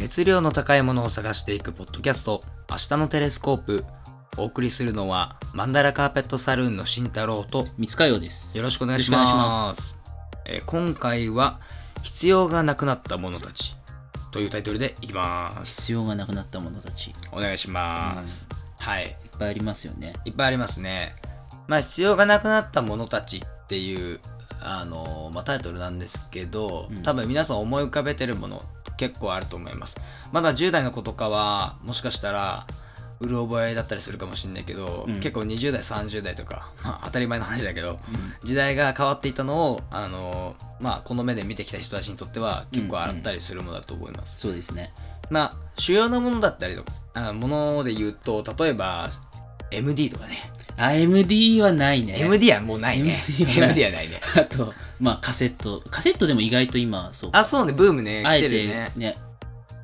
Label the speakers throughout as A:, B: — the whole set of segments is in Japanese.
A: 熱量の高いものを探していくポッドキャスト明日のテレスコープお送りするのはマンダラカーペットサルーンの慎太郎と
B: 三塚洋です。
A: よろ
B: し
A: しくお願いしますえー今回は必要がなくなったものたちというタイトルでいきます
B: 必要がなくなったものたち、いっ
A: お願いします、はい
B: ぱいありますよね。
A: いっぱいありますね。まあ、必要がなくなったものたちっていう、あのまあ、タイトルなんですけど、
B: うん
A: 多分皆さん思い浮かべてるもの結構あると思います。まだ10代の子とかは、もしかしたら、うる覚えだったりするかもしれないけど、
B: うん
A: 結構20代30代とか、まあ、当たり前の話だけど、時代が変わっていたのを、あのまあ、この目で見てきた人たちにとっては結構あったりするものだと思います。
B: そうですね。
A: まあ主要なものだったりとあもので言うと例えば MD とかね
B: あ、MD はないね。
A: MD はもうないね
B: MD はない
A: MD はないね
B: あと、まあカセット。カセットでも意外と今、そう。
A: あそうねブームね
B: あ
A: 来て
B: え
A: る
B: て
A: よね
B: ね、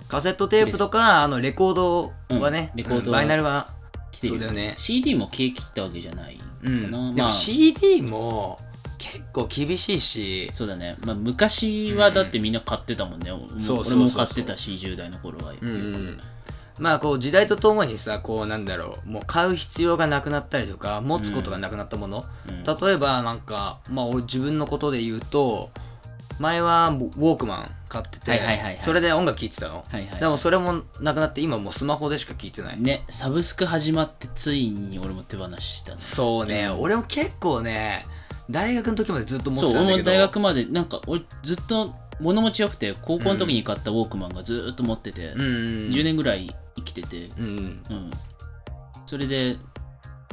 A: カセットテープとかあのレコードはね、
B: うんレコード
A: うんバイナルは
B: 来てる
A: そうだよね
B: CD も消え切ったわけじゃないか
A: う
B: な。
A: んでも
B: まあ、
A: CD も結構厳しいし
B: そうだね。まあ昔はだってみんな買ってたもんね。俺も
A: そうそう
B: 俺も
A: そう
B: 買っ
A: そう
B: てたし、10代の頃は。
A: うんうんまあこう時代とともにさこうなんだろうもう買う必要がなくなったりとか持つことがなくなったもの、
B: うん
A: 例えばなんか、まあ、俺自分のことで言うと前はウォークマン買ってて、
B: はいはいはいはい
A: それで音楽聴いてたの、
B: はいはい。
A: でもそれもなくなって今もうスマホでしか聴いてない、
B: ね、サブスク始まってついに俺も手放したの
A: そうね、
B: うん
A: 俺も結構ね大学の時までずっと持っ
B: そ
A: て
B: う
A: たんだけ
B: 俺も
A: ど
B: 大学までなんか俺ずっと物持ちよくて高校の時に買ったウォークマンがずーっと持ってて、
A: うんうん
B: 10年ぐらい生きてて、
A: うんうん
B: うん、それで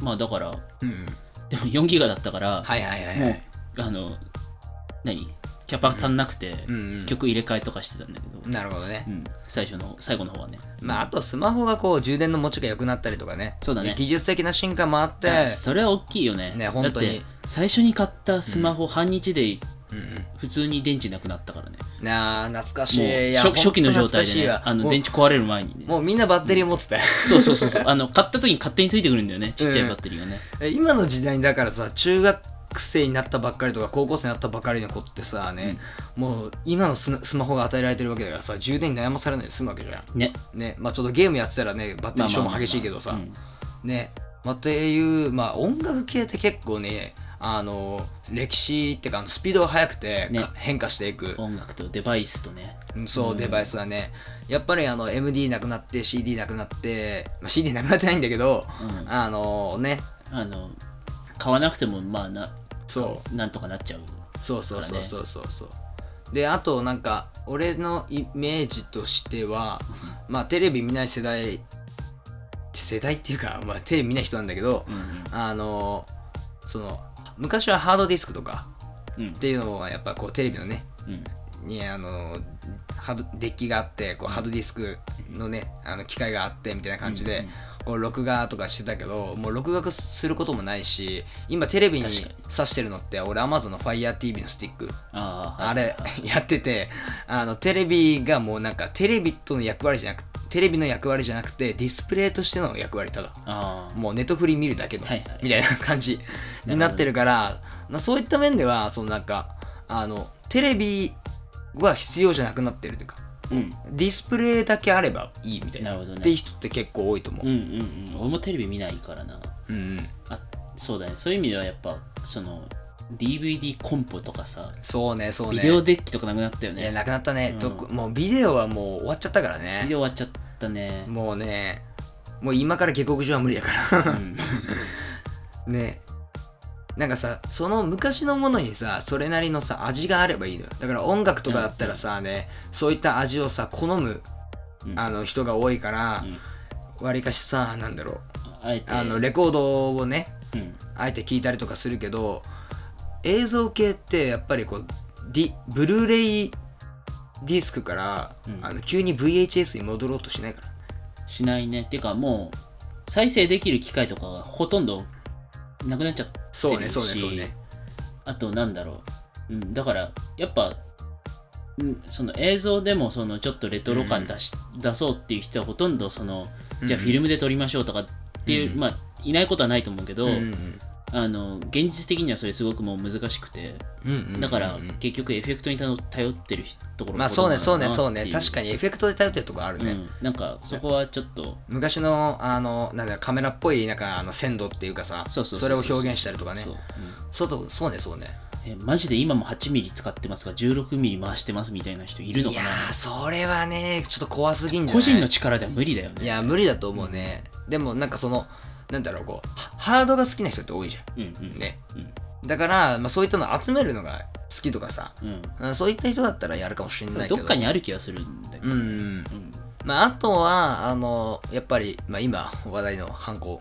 B: まあだから
A: うん
B: でも4ギガだったから、
A: はいはいはいはい
B: も
A: う
B: あの何キャパ足んなくて、
A: うんうん
B: 曲入れ替えとかしてたんだけど、
A: なるほどね
B: う、ん、最初の最後の方はね
A: まあ、あとスマホがこう充電の持ちが良くなったりとかね
B: そうだね
A: 技術的な進化もあって
B: あそれは大きいよね
A: ね本当に
B: だって最初に買ったスマホ半日で
A: うんうん
B: 普通に電池なくなったからね、
A: なあ懐かし
B: も
A: いうい
B: 初
A: や
B: 初期の状
A: 本当懐か
B: 態で、ね、
A: しいわも
B: あの
A: う
B: 電池壊れる前にね
A: もうみんなバッテリー持ってたよ
B: そうそうそうそうあの買った時に勝手についてくるんだよねちっちゃいバッテリーがね、
A: え今の時代にだからさ中学生になったばっかりとか高校生になったばっかりの子ってさね、もう今のススマホが与えられてるわけだからさ充電に悩まされないで済むわけじゃん
B: ね
A: ねまあちょっとゲームやってたらねバッテリー消耗激しいけどさ、
B: まあまあま
A: ねまあっていうまあ音楽系って結構ねあの歴史ってかあのスピードが速くて、
B: ね
A: か変化していく
B: あうん音楽とデバイスとね
A: うんそう、デバイスはねやっぱりあの MD なくなって CD なくなって、まあ、CD なくなってないんだけど、
B: うん
A: あのね
B: あの買わなくてもまあな
A: そう
B: なんとかなっちゃう
A: そうそうそう
B: だからね
A: そうそうそうであとなんか俺のイメージとしてはまあテレビ見ない世代世代っていうか、まあ、テレビ見ない人なんだけど
B: うん
A: あのその昔はハードディスクとか
B: うんうん
A: っていうのはやっぱこうテレビのね
B: うん
A: にあのハードデッキがあってこうハードディスクのねあの機械があってみたいな感じで、
B: うんうん
A: こう録画とかしてたけどもう録画することもないし今テレビに
B: 確
A: 挿
B: かに
A: してるのって俺 Amazon の FireTV のスティック
B: ああ
A: あれ やっててあのテレビがもうなんかテレビとの役割じゃなくテレビの役割じゃなくてディスプレイとしての役割ただ
B: ああ
A: もうネットフリ見るだけの、
B: はいはい
A: みたいな感じになってるからまあそういった面ではそのなんかあのテレビは必要じゃなくなってるというか
B: うん
A: ディスプレイだけあればいいみたいな
B: なるほどね
A: って人って結構多いと思
B: う
A: う、
B: んうんうん俺もテレビ見ないからな
A: うんうん、
B: あそうだねそういう意味ではやっぱその DVD コンポとかさ
A: そうねそう
B: ビ
A: ね
B: デオデッキとかなくなったよ
A: いや
B: ね
A: なくなったね
B: う、ん
A: どこもうビデオはもう終わっちゃったから
B: ビ
A: ね
B: デオ終わっちゃったね
A: もうねもう今から下克上は無理やから
B: うん
A: ねなんかさその昔のものにさそれなりのさ味があればいいのよだから音楽とかだったらさねそういった味をさ好む
B: うん
A: あの人が多いから
B: うん
A: わり、かしさなんだろう
B: あえて
A: あのレコードをね
B: うん
A: あえて聞いたりとかするけど映像系ってやっぱりこうディブルーレイディスクから、
B: うん
A: あの急に VHS に戻ろうとしないから
B: しないねっていうかもう再生できる機会とかがほとんどなくなっちゃってるし
A: そうねそうねそうね
B: あとなんだろう、うん、だからやっぱ、うん、その映像でもそのちょっとレトロ感出し、出そうっていう人はほとんどそのじゃあ
A: うん
B: フィルムで撮りましょうとかっていう、
A: うん
B: まあいないことはないと思うけど、
A: うんうんうん
B: あの現実的にはそれすごくもう難しくて
A: うんうんうんうん
B: だから結局エフェクトに頼頼ってるところ
A: まあそうねそうねそうね
B: かに
A: 確かにエフェクトで頼ってるとこあるね、
B: うん、なんかそこはちょっと、
A: 昔のあのなんだカメラっぽいなんかあの鮮度っていうかさ
B: そうそう
A: れを表現したりとかね
B: そううん
A: そうとそうねそうね
B: えマジで今も8ミリ使ってますが16ミリ回してますみたいな人いるの
A: い
B: か
A: や
B: な
A: ーそれはねちょっと怖すぎんじゃ
B: 個
A: ない
B: 人の力では無理だよね
A: いや無理だと思うねでもなんかそのなんだろうこうハハードが好きな人って多いじゃ
B: うんうん
A: んね
B: うん
A: だから、まあ、そういったの集めるのが好きとかさ
B: うん
A: うんそういった人だったらやるかもしれないけど
B: どっかにある気がするんだけ
A: う
B: ど、
A: んうん
B: うん
A: まああとはあのやっぱり、まあ、今話題の犯行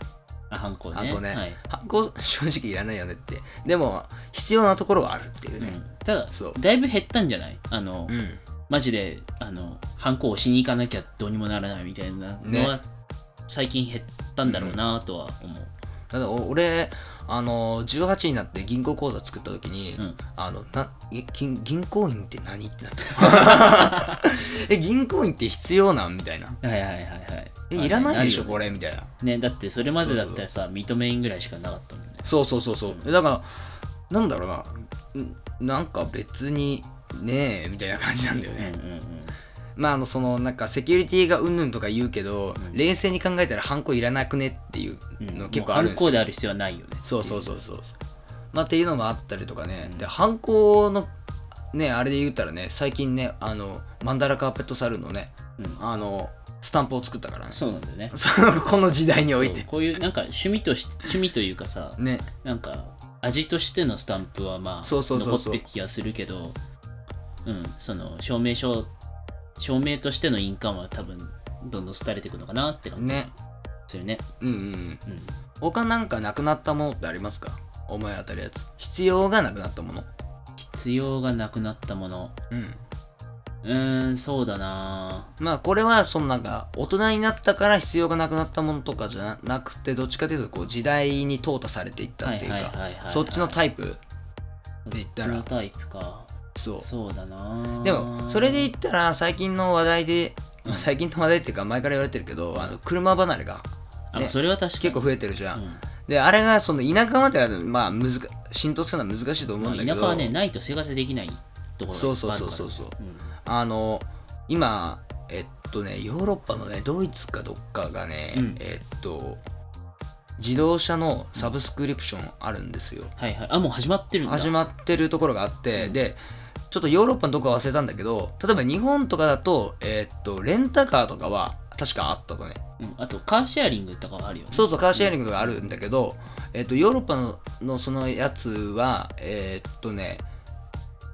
B: あハンコね
A: ハンコね
B: はい
A: 犯行正直いらないよねってでも必要なところはあるっていう
B: う
A: ね、
B: ん、ただ
A: そう
B: だいぶ減ったんじゃないあの、
A: うん、
B: マジであのハンコを押しに行かなきゃどうにもならないみたいなのは、最近減ったんだろうなとは思う、
A: ただお俺あの18になって銀行口座作った時に、
B: うん
A: あのなえ銀銀行員って何ってなった え銀行員って必要なんみたいな
B: はいはいはいはい
A: えいらないでしょ
B: あ
A: これみたいな
B: ねだってそれまでだったらさ認めんぐらいしかなかったもんね
A: そうそうそうそうえだからなんだろうなんなんか別にねえみたいな感じなんだよ
B: うんう
A: ね、
B: んうん
A: まああのそのなんかセキュリティがうんぬんとか言うけど、
B: うん
A: 冷静に考えたらハンコいらなくねっていうの結構あるんです
B: もうハンコ
A: よ、
B: である必要はないよね
A: そうそうそうそうそうまあっていうのもあったりとかね、
B: うん
A: でハンコのねあれで言ったらね最近ねあのマンダラカーペットサルーンのね
B: うん
A: あのスタンプを作ったからね
B: そうなんだよね
A: そのこの時代におい
B: そ
A: て
B: うこういうなんか趣味とし 趣味というかさ
A: ね
B: なんか味としてのスタンプはまあ
A: そうそうそう
B: 残っ
A: そう
B: て気がするけどうんその証明書証明としての印鑑は多分どんどん廃れていくのかなって感じ
A: ね
B: するね
A: うんうんうん
B: うん
A: 他なんかなくなったものってありますかお前当たるやつ必要がなくなったもの
B: 必要がなくなったもの
A: うん
B: うーんそうだな
A: まあこれはそのなんか大人になったから必要がなくなったものとかじゃなくてどっちかというとこう時代に淘汰されていったっていう
B: はいはい
A: か
B: はいはいはい
A: そっちのタイプで言ったら
B: そっちのタイプか
A: そう
B: そうだな
A: でもそれで言ったら最近の話題で、まあ、最近の話題っていうか前から言われてるけどあの車離れが
B: あ
A: ね
B: それは確かに
A: 結構増えてるじゃん、
B: うん
A: であれがその田舎まではまあ難浸透するのは難しいと思
B: ま
A: う
B: あ
A: んだけど
B: 田舎はねないと生活できないところがいっぱい
A: そ
B: あるから
A: うそうそうそうそう
B: うん
A: あの今えっとねヨーロッパのねドイツかどっかがね、
B: うん
A: えっと自動車のサブスクリプションあるんですよ、
B: はいはいあもう始まってるんだ
A: 始まってるところがあって、
B: うん
A: でちょっとヨーロッパのどこか忘れたんだけど例えば日本とかだとえっとレンタカーとかは確かあったとね
B: うんあとカーシェアリングとかはあるよね
A: そうそうカーシェアリングとかあるんだけど、えっとヨーロッパののそのやつはえっとね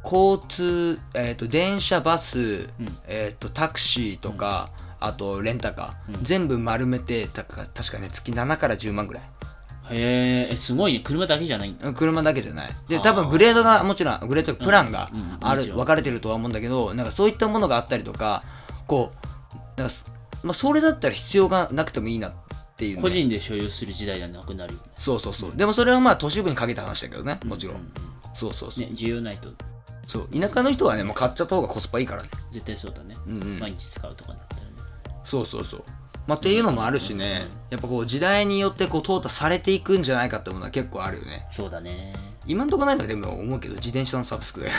A: 交通、えっと電車バス
B: うん
A: えー、とタクシーとか、あとレンタカー、
B: うん
A: 全部丸めてたか確かね月7から10万ぐらい
B: へーえすごいね車だけじゃないんだ
A: うん車だけじゃないで
B: はあ
A: 多分グレードがもちろんグレードプランが
B: うん
A: あ
B: も
A: る、
B: ちろん
A: 分かれてるとは思うんだけどなんかそういったものがあったりとかこうなんかす、まあ、それだったら必要がなくてもいいなっていう、ね、
B: 個人で所有する時代ではなくなるよね
A: そうそうそうでもそれはまあ都市部にかけた話だけどねもちろん、
B: ううん
A: そうそうそう,、
B: ね需要ないと
A: そう田舎の人はねもう買っちゃった方がコスパいいからね
B: 絶対そうだね
A: うんうん
B: 毎日使うとかだったらね
A: そうそうそう。まあ、っていうのもあるしね、やっぱこう時代によってこう淘汰されていくんじゃないかってものは結構あるよね。
B: そうだね
A: 今んとこないのはでも思うけど、自転車のサブスク で。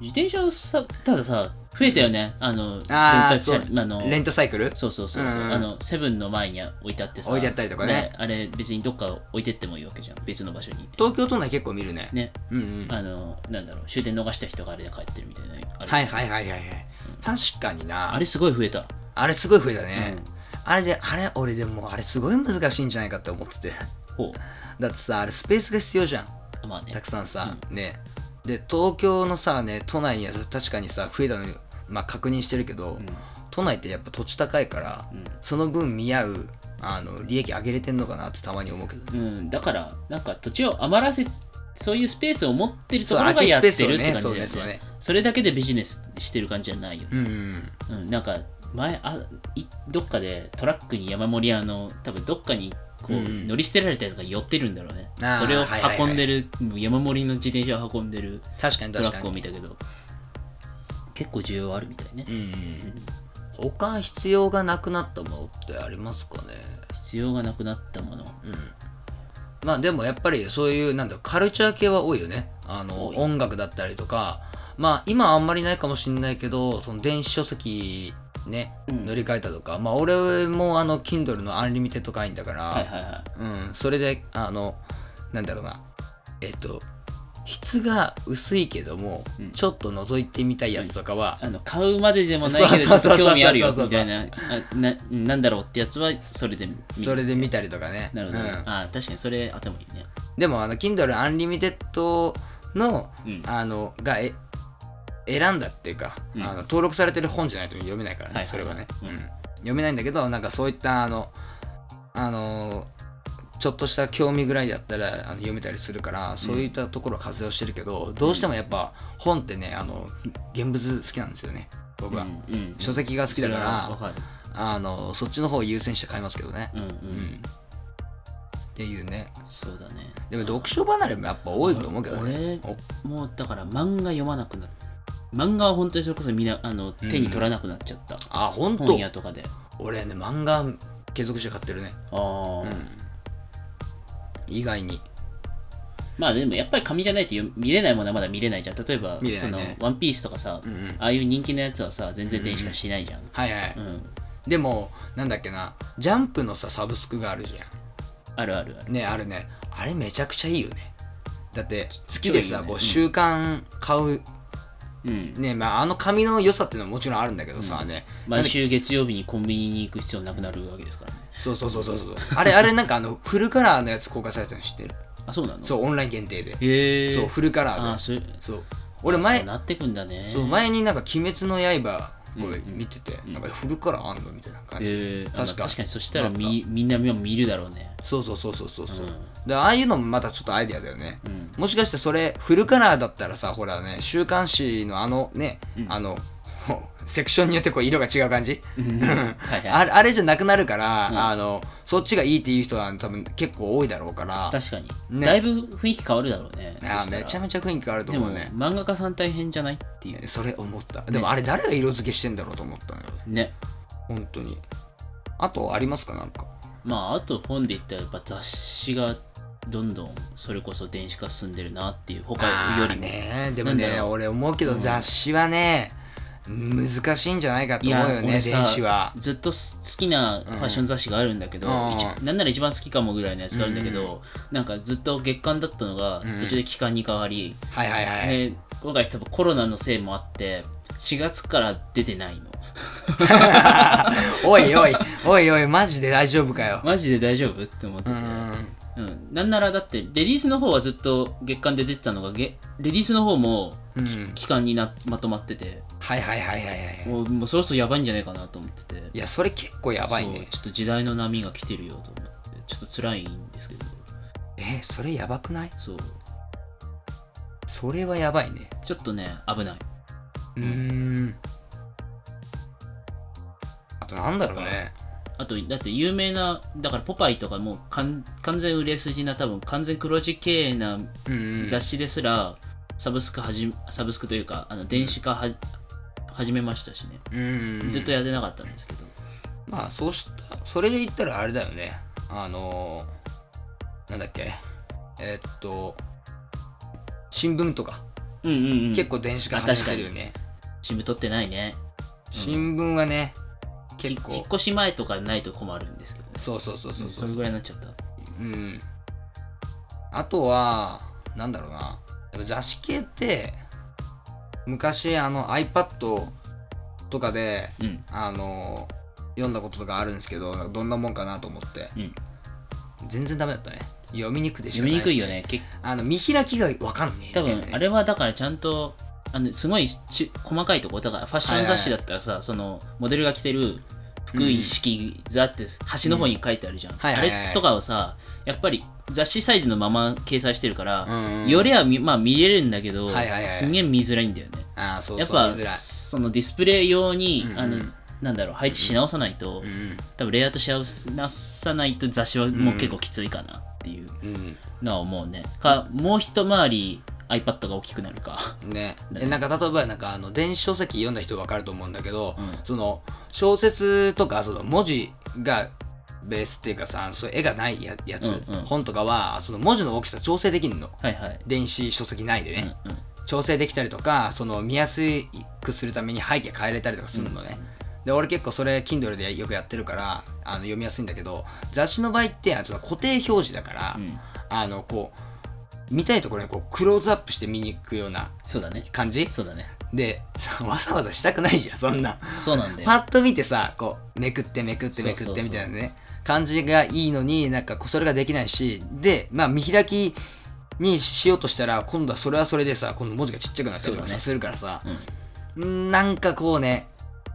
B: 自転車をさたださ増えたよねあ
A: あ
B: の
A: ー
B: レンタカー
A: そう
B: あの
A: レンタサイクル
B: そうそうそうそう、
A: うん
B: あのセブンの前に置いてあってさ
A: 置いてあったりとかね
B: あれ別にどっか置いてってもいいわけじゃん別の場所に
A: 東京都内結構見るね。
B: ね
A: うんうん。
B: あのなんだろう終電逃した人があれで帰ってるみたいなあれ,、
A: はいはいはいはいはい。確かにな。
B: あれすごい増えた、
A: あれすごい増えたね。
B: うん
A: あれで、あれ、俺でもあれすごい難しいんじゃないかって思ってて。
B: ほ
A: だってさ、あれスペースが必要じゃん。
B: うまあね
A: たくさんさ、ねで東京のさね都内には確かにさ増えたのまあ確認してるけど、
B: ん
A: 都内ってやっぱ土地高いから、
B: うん
A: その分見合うあの利益上げれてんのかなってたまに思うけど
B: うん、だからなんか土地を余らせそういうスペースを持ってるとこ
A: そう
B: ろがやってるって感じだよ
A: 空きス
B: ね
A: ペースをねそ
B: そ
A: うねそうね
B: れだけでビジネスしてる感じじゃないよ、
A: うんうん
B: うん、なんか前あいどっかでトラックに山盛りあの多分どっかにこう、
A: うんうん
B: 乗り捨てられたやつが寄ってるんだろうね
A: あー
B: それを
A: はいはいはい
B: 運んでる、山盛りの自転車を運んでる
A: 確かに
B: トラ
A: 確か
B: ックを
A: に
B: 見たけど結構需要あるみたいね、
A: うんうん他必要がなくなったものってありますかね
B: 必要がなくなったもの
A: うんまあでもやっぱりそういうなんだカルチャー系は多いよねあの
B: 多い
A: 音楽だったりとかまあ今はあんまりないかもしんないけどその電子書籍ね
B: うん
A: 乗り換えたとか、まあ俺もあの Kindle のアンリミテッド会員だから、
B: はいはいはい
A: うん、それであのなんだろうなえっと質が薄いけども、
B: うん
A: ちょっと覗いてみたいやつとかは、
B: あの買うまででもないけどちょ
A: そうそう
B: っ
A: そ
B: と
A: うそう
B: 興味あるよ
A: そう
B: み
A: そう
B: た
A: そう
B: いなあななんだろうってやつはそれで見る
A: それで見たりとかね
B: なるほど、
A: うん
B: あ確かにそれ頭いいね
A: でもあの Kindle Unlimited の
B: うん
A: あのがえ選んだっていうか、
B: うん
A: あの登録されてる本じゃないと読めないからね、
B: はいはいはい
A: それはね、
B: うん
A: うん読めないんだけどなんかそういったあのあのちょっとした興味ぐらいだったらあの読めたりするからそういったところを活用してるけど、どうしてもやっぱ本ってねあの現物好きなんですよね僕は、
B: うんうん
A: 書籍が好きだか
B: それはわ
A: ら
B: かる
A: あのそっちの方を優先して買いますけどね、
B: うんう
A: う
B: ん、
A: んっていうね
B: そうだね
A: でも読書離れもやっぱ多いと思うけどね
B: 俺もうだから漫画読まなくなる漫画は本当にそれこそみなあの手に取らなくなっちゃった、
A: あ本当
B: 本屋とかで
A: 俺ね漫画継続して買ってるね
B: ああ、
A: 以外に
B: まあでもやっぱり紙じゃないと読見れないものはまだ見れないじゃん例えば、
A: 見れな
B: そ
A: い
B: の
A: ね
B: 「ワンピースとかさ、
A: うんうん
B: ああいう人気のやつはさ全然電子化しないじゃん、
A: はいはい、
B: うん
A: でもなんだっけなジャンプのさサブスクがあるじゃ
B: あるあるある
A: んねあるねあれめちゃくちゃいいよねだって月でさ
B: ちょいいよね
A: こ
B: うん
A: う週刊買う
B: うん
A: ねまああの紙の良さっていうのはもちろんあるんだけどさ、ね
B: 毎週月曜日にコンビニに行く必要なくなるわけですからね
A: そうそうそうそうそうあれあれなんかあの フルカラーのやつ公開されたの知ってる
B: あそうなの
A: そうオンライン限定で
B: へえ
A: そうフルカラー
B: あ
A: で
B: それ
A: そう俺前
B: そうなってくんだね
A: そう前になんか「鬼滅の刃」これ見てて、
B: ん
A: なんかフルカラーあんのみたいな感じで、
B: へえあまあ
A: 確か
B: 確かにそしたら
A: なんか
B: みみんな見るだろうね
A: そうそうそうそうそうそう、
B: うん
A: でああいうのもまたちょっとアイデアだよね、
B: うん
A: もしかしてそれフルカラーだったらさほらね週刊誌のあのね、あの ほセクションによってこう色が違う感じ、
B: はいはい
A: あれあれじゃなくなるから、あのそっちがいいっていう人は多分結構多いだろうから
B: 確かに、
A: ね
B: だいぶ雰囲気変わるだろうね
A: あーめちゃ
B: めち
A: めちゃ雰囲気があると
B: で
A: 思
B: も
A: うね
B: 漫画家さん大変じゃないっていう
A: それ思ったでもあれ誰が色付けしてんだろうと思ったのよ
B: ね
A: 本当にあとありますかなんか
B: まああと本で言ったらやっぱ雑誌がどんどんそれこそ電子化進んでるなっていう他よ
A: あ
B: り
A: ー
B: も
A: ねでも
B: なんだ
A: ね
B: ろう
A: 俺思うけど雑誌はね、難しいんじゃないかと
B: い
A: 思
B: や
A: うよね
B: 俺さ
A: 電子は
B: ずっとす好きなファッション雑誌があるんだけど、
A: うん
B: 一なんなら一番好きかもぐらいのやつがあるんだけど、なんかずっと月間だったのが
A: ん
B: 途中で期間に変わり、
A: はいはいはい、
B: えー今回多分コロナのせいもあって4月から出てないの
A: おいおいおいおいマジで大丈夫かよ、
B: マジで大丈夫って思ってて、
A: うん
B: うん、なんならだってレディースの方はずっと月間で出てたのがげレディースの方も
A: うん
B: 期間になまとまってて
A: はいはいはいはいはい
B: もうもうそろそろやばいんじゃないかなと思ってて
A: いやそれ結構やばい
B: そう
A: ね
B: ちょっと時代の波が来てるよと思ってちょっと辛いんですけど
A: えそれやばくない
B: そう
A: それはやばいね
B: ちょっとね危ないう
A: ーんあとなんだろうね
B: あとだって有名なだからポパイとかもう完完全売れ筋な多分完全黒字経営な
A: うん
B: 雑誌ですら、サブスクはじサブスクというかあの電子化はじ始めましたしね
A: うん
B: ずっとやってなかったんですけど、
A: まあそうしたそれで言ったらあれだよねあのーなんだっけえーっと新聞とか、
B: うんうんうん
A: 結構電子化
B: あ
A: されてるよね
B: 新聞取ってないね
A: 新聞はね
B: ひ
A: 結
B: 引っ
A: 構
B: 越し前とかないと困るんですけどね
A: そうそうそうそううんそ
B: そうれぐらいになっちゃった
A: うんあとはなんだろうなでも雑誌系って昔あの iPad とかで
B: うん
A: あのー読んだこととかあるんですけどどんなもんかなと思って
B: うん
A: 全然ダメだったね読みにくくてしかない
B: 読み
A: し
B: にくいよね結
A: あの見開きがわかんねえ
B: 多
A: み
B: 分
A: たいなね
B: あれはだからちゃんとあのすごいち細かいとこだからファッション雑誌だったらさ、そのモデルが着てる服一式ザって端の方に書いてあるじゃん、
A: はいはいはい
B: あれとかをさやっぱり雑誌サイズのまま掲載してるから、
A: うんうん
B: よりはみ、まあ、見れるんだけど、
A: はいはいはい
B: すんげえ見づらいんだよね
A: ああそう
B: やっ
A: そう
B: ぱ
A: 見づらい
B: そのディスプレイ用に、
A: うんうん
B: あのなんだろう配置し直さないと、多分レイアウトし直さないと雑誌はもう結構きついかなっていう
A: うんうん
B: のは思うねかもう一回り iPad が大きくなるか
A: うんね
B: だ
A: えなんか例えばなんかあの電子書籍読んだ人分かると思うんだけど、
B: うん
A: その小説とかその文字がベースっていうかさそういう絵がないややつ、
B: うんうん
A: 本とかはその文字の大きさ調整できるの
B: はいはい。
A: 電子書籍内で
B: うんう
A: ね、
B: ん
A: 調整できたりとかその見やすくするために背景変えれたりとかするのね、で俺結構それ Kindle でよくやってるからあの読みやすいんだけど雑誌の場合ってあのその固定表示だから、
B: うん
A: あのこう見たいところにこうクローズアップして見に行くような
B: そうだね。
A: 感じ
B: そうだね。
A: でさわざわざしたくないじゃんそんな
B: そうなんだよ。
A: パッと見てさこうめくってめくってめく
B: そ
A: っ
B: う
A: て
B: そうそう
A: みたいなね感じがいいのになんかこうそれができないしでまあ見開きにしようとしたら今度はそれはそれでさ今度文字がちっちゃくなったりとか
B: そう
A: さ、
B: だね
A: するからさ
B: うん
A: んなんかこうね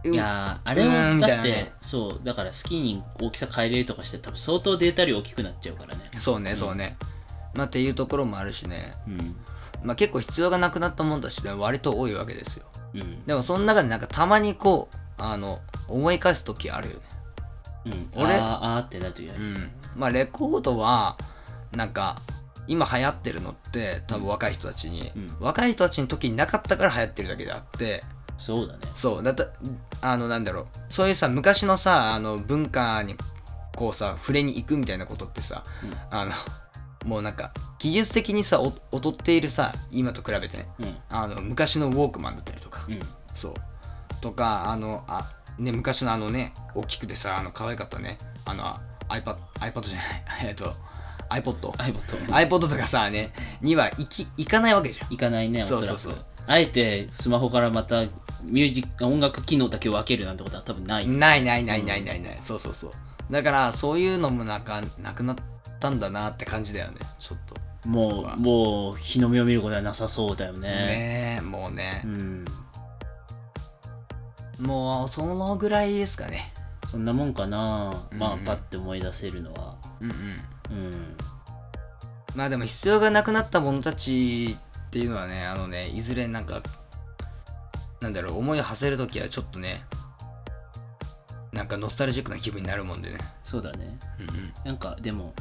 A: うん
B: いやーあれ
A: うー
B: は
A: んみたい
B: だ
A: な
B: っ
A: ね
B: てそうだから好きに大きさ変えれるとかして多分相当データ量大きくなっちゃうからね
A: そうねそうね、まあっていうところもあるしね
B: うん
A: まあ結構必要がなくなったもんだしね割と多いわけですよ
B: うん
A: でもその中でなんかたまにこうあの思い返す時あるよね
B: うん
A: 俺
B: あーあーってなるというよ
A: う
B: り
A: ん、まあレコードはなんか今流行ってるのって多分若い人たちに、
B: うん
A: 若い人たちの時になかったから流行ってるだけであって
B: そうだね
A: そうだったあのなんだろうそういうさ昔のさあの文化にこうさ触れに行くみたいなことってさ、
B: うん
A: あのもうなんか技術的にさお劣っているさ今と比べてね
B: う
A: あの昔のウォークマンだったりとか、
B: んうん
A: そうとかあのあ、ね、昔のあのね大きくてさあの可愛かったねあの iPad, iPad じゃない えっと iPod
B: iPod
A: iPod とかさねには行き行かないわけじゃん
B: 行かないねおそらく
A: そうそうそう
B: あえてスマホからまたミュージック音楽機能だけを分けるなんてことは多分ない、
A: ないないないないないない、そうそうそうだからそういうのもなんかなくなったんだなって感じだよねちょっとそ
B: も
A: こは
B: うもう日の目を見ることはなさそうだよね
A: ねえもうね
B: う、ん
A: もうそのぐらいですかね
B: そんなもんかな、
A: うん
B: まあパッて思い出せるのは
A: うんうん
B: うん
A: まあでも必要がなくなった者たちっていうのはねあのねいずれなんかなんだろう思いを馳せる時はちょっとねなんかノスタルジックな気分になるもんでね
B: そうだね
A: うんうん
B: なんかでも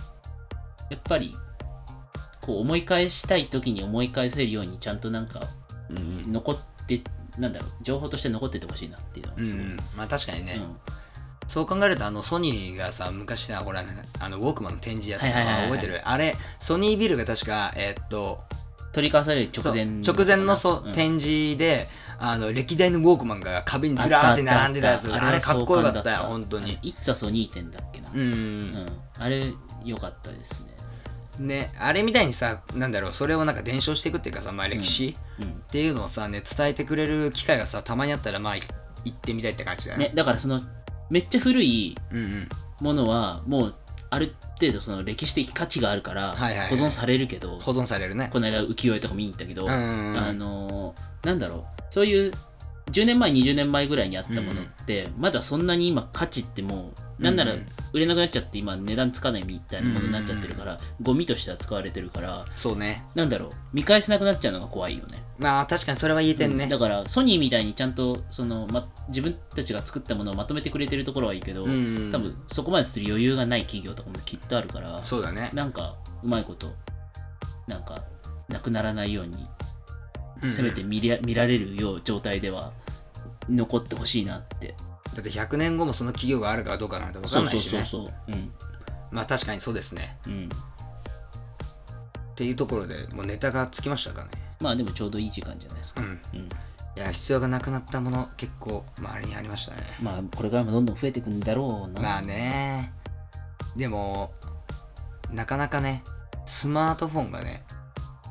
B: やっぱりこう思い返したい時に思い返せるようにちゃんとなんか
A: うんうん
B: 残ってなんだろう情報として残っててほしいなっていうの
A: う
B: は
A: んう
B: すごい、
A: ん、まあ確かにね、
B: うん
A: そう考えるとあのソニーがさ昔なこれはねあのウォークマンの展示やってたの
B: はいはいはいはい
A: 覚えてるあれソニービルが確かえーっと
B: 取り返される直前
A: そう直前のそう、
B: ん
A: 展示であの歴代のウォークマンが壁にずらーって並んでたやつあれかっこよかったよ本当に
B: 「いっつはそう2点だっけな」
A: う
B: うん
A: ん
B: あれ良かったですね
A: ね、あれみたいにさなんだろうそれをなんか伝承していくっていうかさ、まあ、歴史
B: うん
A: っていうのをさ、ね、伝えてくれる機会がさたまにあったらまあい行ってみたいって感じだね
B: ねだからそのめっちゃ古い
A: うんうん
B: ものはもうある程度その歴史的価値があるから
A: はいはいはい
B: 保存されるけど、
A: 保存されるね
B: この間浮世絵とか見に行ったけど、
A: うんうんうん
B: あのーなんだろうそういう10年前20年前ぐらいにあったものって、まだそんなに今価値ってもうなんなら
A: うんうん
B: 売れなくなっちゃって今値段つかないみたいなものになっちゃってるから、ゴミとして扱われてるから
A: そうね
B: なんだろう見返せなくなっちゃうのが怖いよね
A: まあ確かにそれは言えてんね、
B: だからソニーみたいにちゃんとその、ま、自分たちが作ったものをまとめてくれてるところはいいけど、
A: うんうん
B: 多分そこまでする余裕がない企業とかもきっとあるから
A: そうだね
B: なんかうまいことなんかなくならないように
A: うん
B: せめて見りゃ見られるよう状態では残ってほしいなって
A: だって100年後もその企業があるかどうかなんて分か
B: そ
A: ん
B: う
A: な
B: そう
A: いし
B: そう
A: ね
B: そう
A: まあ確かにそうですね
B: うんうん
A: っていうところでもうネタがつきましたかね
B: まあでもちょうどいい時間じゃないです
A: う
B: か、
A: ん
B: うん
A: いや必要がなくなったもの結構周りにありましたね
B: まあこれからもどんどん増えていくんだろうな
A: まあねでもなかなかねスマートフォンがね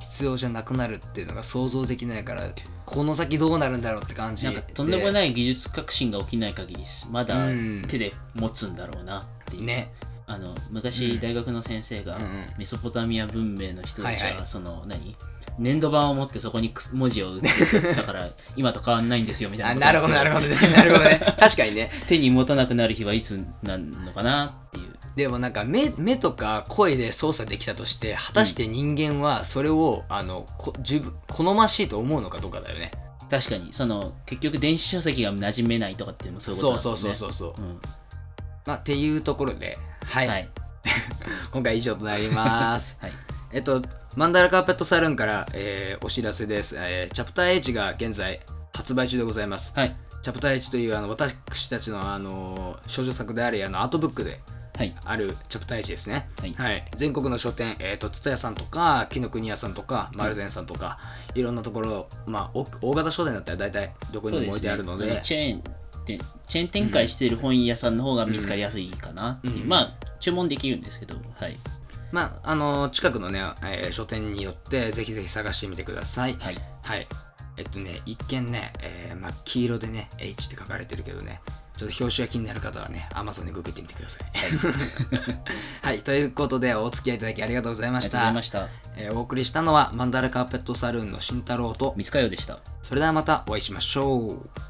A: 必要じゃなくなるっていうのが想像できないからこの先どうなるんだろうって感じ
B: なんかとんでも
A: い
B: ない技術革新が起きない限りですまだ
A: うん
B: 手で持つんだろうなっていう、
A: ね
B: あの昔大学の先生が
A: うんうん
B: メソポタミア文明の人たち
A: はいは
B: はその何粘土板を持ってそこにくす文字を打ってたから 今と変わんないんですよみた
A: あ
B: いな
A: なる
B: こ
A: ほ
B: と
A: ど
B: を
A: なるほどね なるほど ね確かにね
B: 手に持たなくなる日はいつなのかなっていう
A: でもなんか目目とか声で操作できたとして果たして人間はそれを、あのこ十分好ましいと思うのかどうかだよね
B: 確かにその結局電子書籍が馴染めないとかっていうのもそういうこと
A: そう
B: だも
A: そ
B: ん
A: う
B: ね
A: そうそうそう、
B: うん
A: まあっていうところでは、
B: はいいはい
A: 今回以上となりますえっと、マンダラカーペットサルーンから、えーお知らせです、えーチャプター H が現在発売中でございます。
B: はい
A: チャプター H というあの私たちの、あのー少女作でありあのアートブックで
B: はい
A: あるチャプター1ですね、
B: はい
A: 全国の書店、えー、と蔦屋さんとか紀ノ国屋さんとか丸善さんとか、い、ろんなところ、まあ、お大型書店だったら大体どこに
B: そう
A: でも
B: で
A: 置い
B: す
A: て
B: ね
A: あるので
B: あのチェーンってチェーン展開している本屋さんの方が見つかりやすいかなっていう、
A: うん
B: まあ注文できるんですけどはい
A: まああの近くのね、えー書店によってぜひぜひ探してみてください
B: はい
A: はいえっとね一見ね、えーまあ、黄色でね H って書かれてるけどねちょっと表紙が気になる方はね Amazon でググってみてください はいということでお付き合いいただきありがとうござい
B: あ
A: ま
B: り
A: し
B: がとうござ
A: た
B: いました
A: えーお送りしたのはマンダラカーペットサルーンの慎太郎と
B: 三塚洋でした
A: それではまたお会いしましょう